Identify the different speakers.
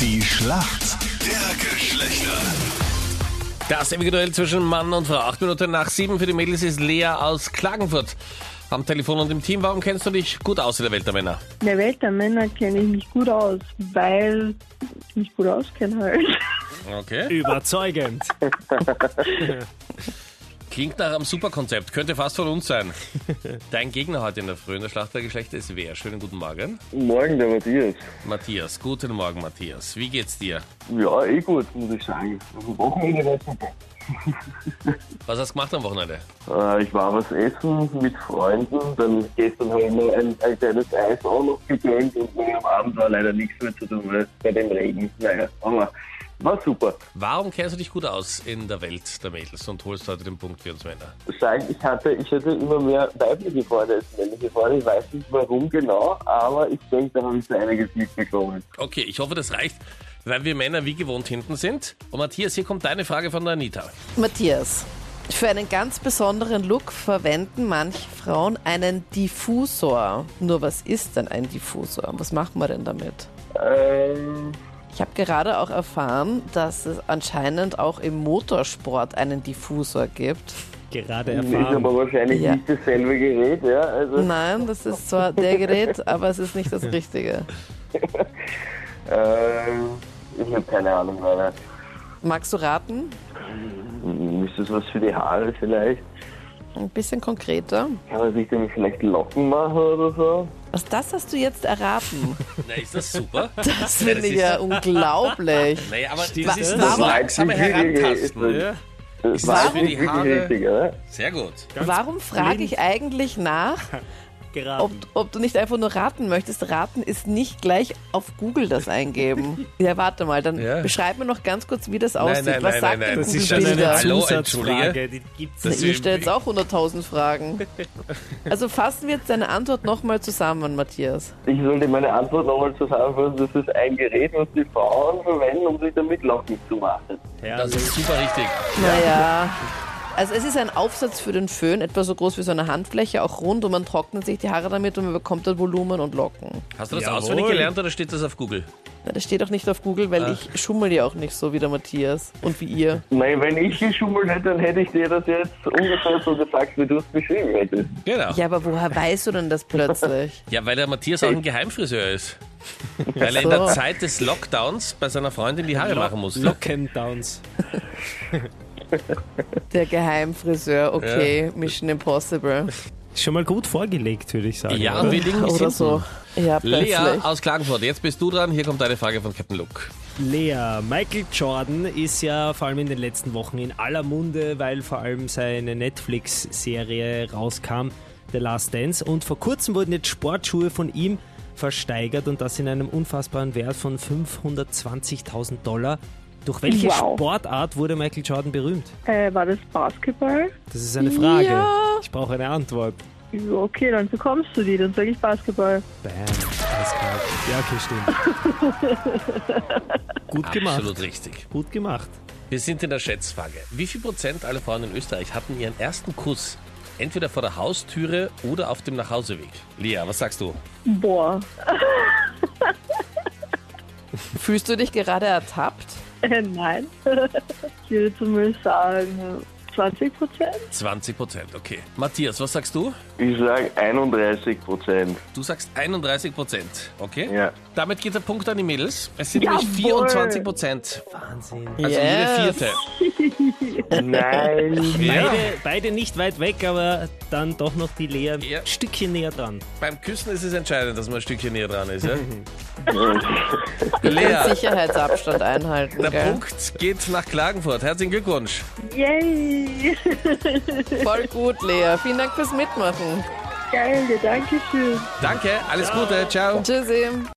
Speaker 1: Die Schlacht der Geschlechter.
Speaker 2: Das ewige Duell zwischen Mann und Frau. Acht Minuten nach sieben für die Mädels ist Lea aus Klagenfurt am Telefon und im Team. Warum kennst du dich gut aus in der Welt der Männer?
Speaker 3: In der Welt der Männer kenne ich mich gut aus, weil ich mich gut auskenne halt.
Speaker 2: Okay.
Speaker 4: Überzeugend.
Speaker 2: Klingt nach einem Superkonzept. Könnte fast von uns sein. Dein Gegner heute in der Früh in der Schlacht der Geschlechter ist wer? Schönen guten Morgen.
Speaker 5: Morgen, der Matthias.
Speaker 2: Matthias. Guten Morgen, Matthias. Wie geht's dir?
Speaker 5: Ja, eh gut, muss ich sagen. Am Wochenende war super.
Speaker 2: Was hast du gemacht am Wochenende?
Speaker 5: Äh, ich war was essen mit Freunden, dann gestern haben wir ein, ein kleines Eis auch noch gegönnt und morgen am Abend war leider nichts mehr zu tun, weil bei dem Regen, naja, aber war super.
Speaker 2: Warum kennst du dich gut aus in der Welt der Mädels und holst heute den Punkt für uns Männer?
Speaker 5: Sagen, ich hatte, ich hatte immer mehr weibliche Freunde als männliche Freunde, ich weiß nicht warum genau, aber ich denke, da habe ich so einiges mitbekommen.
Speaker 2: Okay, ich hoffe, das reicht, weil wir Männer wie gewohnt hinten sind. Und Matthias, hier kommt deine Frage von der Anita.
Speaker 6: Matthias, für einen ganz besonderen Look verwenden manche Frauen einen Diffusor. Nur was ist denn ein Diffusor? Was macht man denn damit?
Speaker 5: Ähm,
Speaker 6: Ich habe gerade auch erfahren, dass es anscheinend auch im Motorsport einen Diffusor gibt.
Speaker 4: Gerade
Speaker 5: ist aber
Speaker 4: erfahren.
Speaker 5: wahrscheinlich
Speaker 6: Ja.
Speaker 5: nicht dasselbe Gerät, ja, also,
Speaker 6: Nein, das ist zwar der Gerät, aber es ist nicht das Richtige.
Speaker 5: ähm, ich habe keine Ahnung, leider.
Speaker 6: Magst du raten?
Speaker 5: Ist das was für die Haare vielleicht?
Speaker 6: Ein bisschen konkreter.
Speaker 5: Kann man sich damit vielleicht Locken machen oder so?
Speaker 6: Was das hast du jetzt erraten?
Speaker 2: Na, ist das super?
Speaker 6: Das finde
Speaker 2: das
Speaker 6: ich
Speaker 2: ist-
Speaker 6: ja unglaublich.
Speaker 2: Naja, aber
Speaker 4: Stimmt,
Speaker 2: das
Speaker 4: das
Speaker 2: ist
Speaker 4: ist
Speaker 2: das
Speaker 6: das
Speaker 2: langsame
Speaker 5: Einzige,
Speaker 2: Herantasten.
Speaker 5: ist
Speaker 4: Ja.
Speaker 5: Das
Speaker 6: war
Speaker 5: war
Speaker 6: für
Speaker 5: nicht
Speaker 2: die
Speaker 5: wirklich
Speaker 2: Haare-
Speaker 5: richtig, oder?
Speaker 2: Sehr gut.
Speaker 6: Warum frage ich eigentlich nach,
Speaker 4: Gerade.
Speaker 6: ob, ob du nicht einfach nur raten möchtest. Raten ist nicht gleich auf Google das eingeben. Ja, warte mal, dann
Speaker 2: Ja.
Speaker 6: beschreib mir noch ganz kurz, wie das aussieht.
Speaker 2: nein,
Speaker 6: Was
Speaker 2: nein,
Speaker 6: sagt
Speaker 2: nein,
Speaker 6: denn
Speaker 2: nein.
Speaker 4: Das
Speaker 6: Google
Speaker 4: ist schon eine
Speaker 6: Bilder?
Speaker 2: Hallo,
Speaker 4: Zusatzfrage. Die gibt's
Speaker 2: Das
Speaker 4: nicht.
Speaker 2: ist-
Speaker 6: Ihr stellt jetzt auch 100.000 Fragen. Also fassen wir jetzt deine Antwort nochmal zusammen, Matthias.
Speaker 5: Ich sollte meine Antwort nochmal zusammenfassen. Das ist ein Gerät, was die Frauen verwenden, um sich damit Locken zu machen.
Speaker 2: Das
Speaker 4: Herrlich.
Speaker 2: ist super richtig.
Speaker 6: Naja. Also es ist ein Aufsatz für den Föhn, etwa so groß wie so eine Handfläche, auch rund und man trocknet sich die Haare damit und man bekommt dann Volumen und Locken.
Speaker 2: Hast du das
Speaker 4: Jawohl.
Speaker 2: auswendig gelernt oder steht das auf Google?
Speaker 6: Na, Das steht auch nicht auf Google, weil ich schummel ja auch nicht so wie der Matthias und wie ihr.
Speaker 5: Nein, wenn ich geschummelt hätte, dann hätte ich dir das jetzt ungefähr so gesagt, wie du es beschrieben hättest.
Speaker 2: Genau. Ja,
Speaker 6: Ja, aber woher weißt du denn das plötzlich?
Speaker 2: weil der Matthias auch ein Geheimfriseur ist. Weil er in
Speaker 6: so.
Speaker 2: der Zeit des Lockdowns bei seiner Freundin die Haare machen musste.
Speaker 4: Lockendowns.
Speaker 6: Der Geheimfriseur, okay, Mission Impossible.
Speaker 4: Schon mal gut vorgelegt, würde ich sagen.
Speaker 2: Ja,
Speaker 4: oder?
Speaker 2: und wir liegen
Speaker 6: Oder
Speaker 2: hinten.
Speaker 6: so. Ja,
Speaker 2: Lea
Speaker 6: plötzlich.
Speaker 2: aus Klagenfurt, jetzt bist du dran. Hier kommt deine Frage von Captain Luke.
Speaker 4: Lea, Michael Jordan ist ja vor allem in den letzten Wochen in aller Munde, weil vor allem seine Netflix-Serie rauskam, The Last Dance. Und vor kurzem wurden jetzt Sportschuhe von ihm versteigert und das in einem unfassbaren Wert von 520.000 Dollar. Durch welche
Speaker 3: Wow.
Speaker 4: Sportart wurde Michael Jordan berühmt?
Speaker 3: Äh, war das Basketball?
Speaker 4: Das ist eine Frage.
Speaker 6: Ja.
Speaker 4: Ich brauche eine Antwort.
Speaker 3: Ja, Okay, dann bekommst du die, dann sage ich Basketball.
Speaker 4: Bam, eiskalt. Ja, okay, stimmt. Gut gemacht.
Speaker 2: Absolut richtig.
Speaker 4: Gut gemacht.
Speaker 2: Wir sind in der Schätzfrage. Wie viel Prozent aller Frauen in Österreich hatten ihren ersten Kuss? Entweder vor der Haustüre oder auf dem Nachhauseweg. Lea, was sagst du?
Speaker 3: Boah,
Speaker 6: Fühlst du dich gerade ertappt?
Speaker 3: äh, nein. ich würde zumindest sagen øh, 20 Prozent.
Speaker 2: 20 Prozent, okay. Matthias, was sagst du?
Speaker 5: Ich sage 31 Prozent.
Speaker 2: Du sagst 31 Prozent, okay?
Speaker 5: Ja.
Speaker 2: Damit geht der Punkt an die Mädels. Es sind nämlich
Speaker 3: Jawohl.
Speaker 2: 24 Prozent.
Speaker 4: Wahnsinn.
Speaker 2: Also jede
Speaker 6: Yes.
Speaker 2: vierte.
Speaker 5: Nein.
Speaker 4: Beide, beide nicht weit weg, aber dann doch noch die Lea ein
Speaker 2: Ja.
Speaker 4: Stückchen näher dran.
Speaker 2: Beim Küssen ist es entscheidend, dass man ein Stückchen näher dran ist. Ja?
Speaker 6: Den
Speaker 2: Lea,
Speaker 6: Sicherheitsabstand einhalten,
Speaker 2: der
Speaker 6: gell?
Speaker 2: Punkt geht nach Klagenfurt. Herzlichen Glückwunsch.
Speaker 3: Yay!
Speaker 6: Voll gut, Lea. Vielen Dank fürs Mitmachen.
Speaker 3: Geil, ja, danke schön.
Speaker 2: Danke, alles Gute, ciao.
Speaker 6: Tschüssi.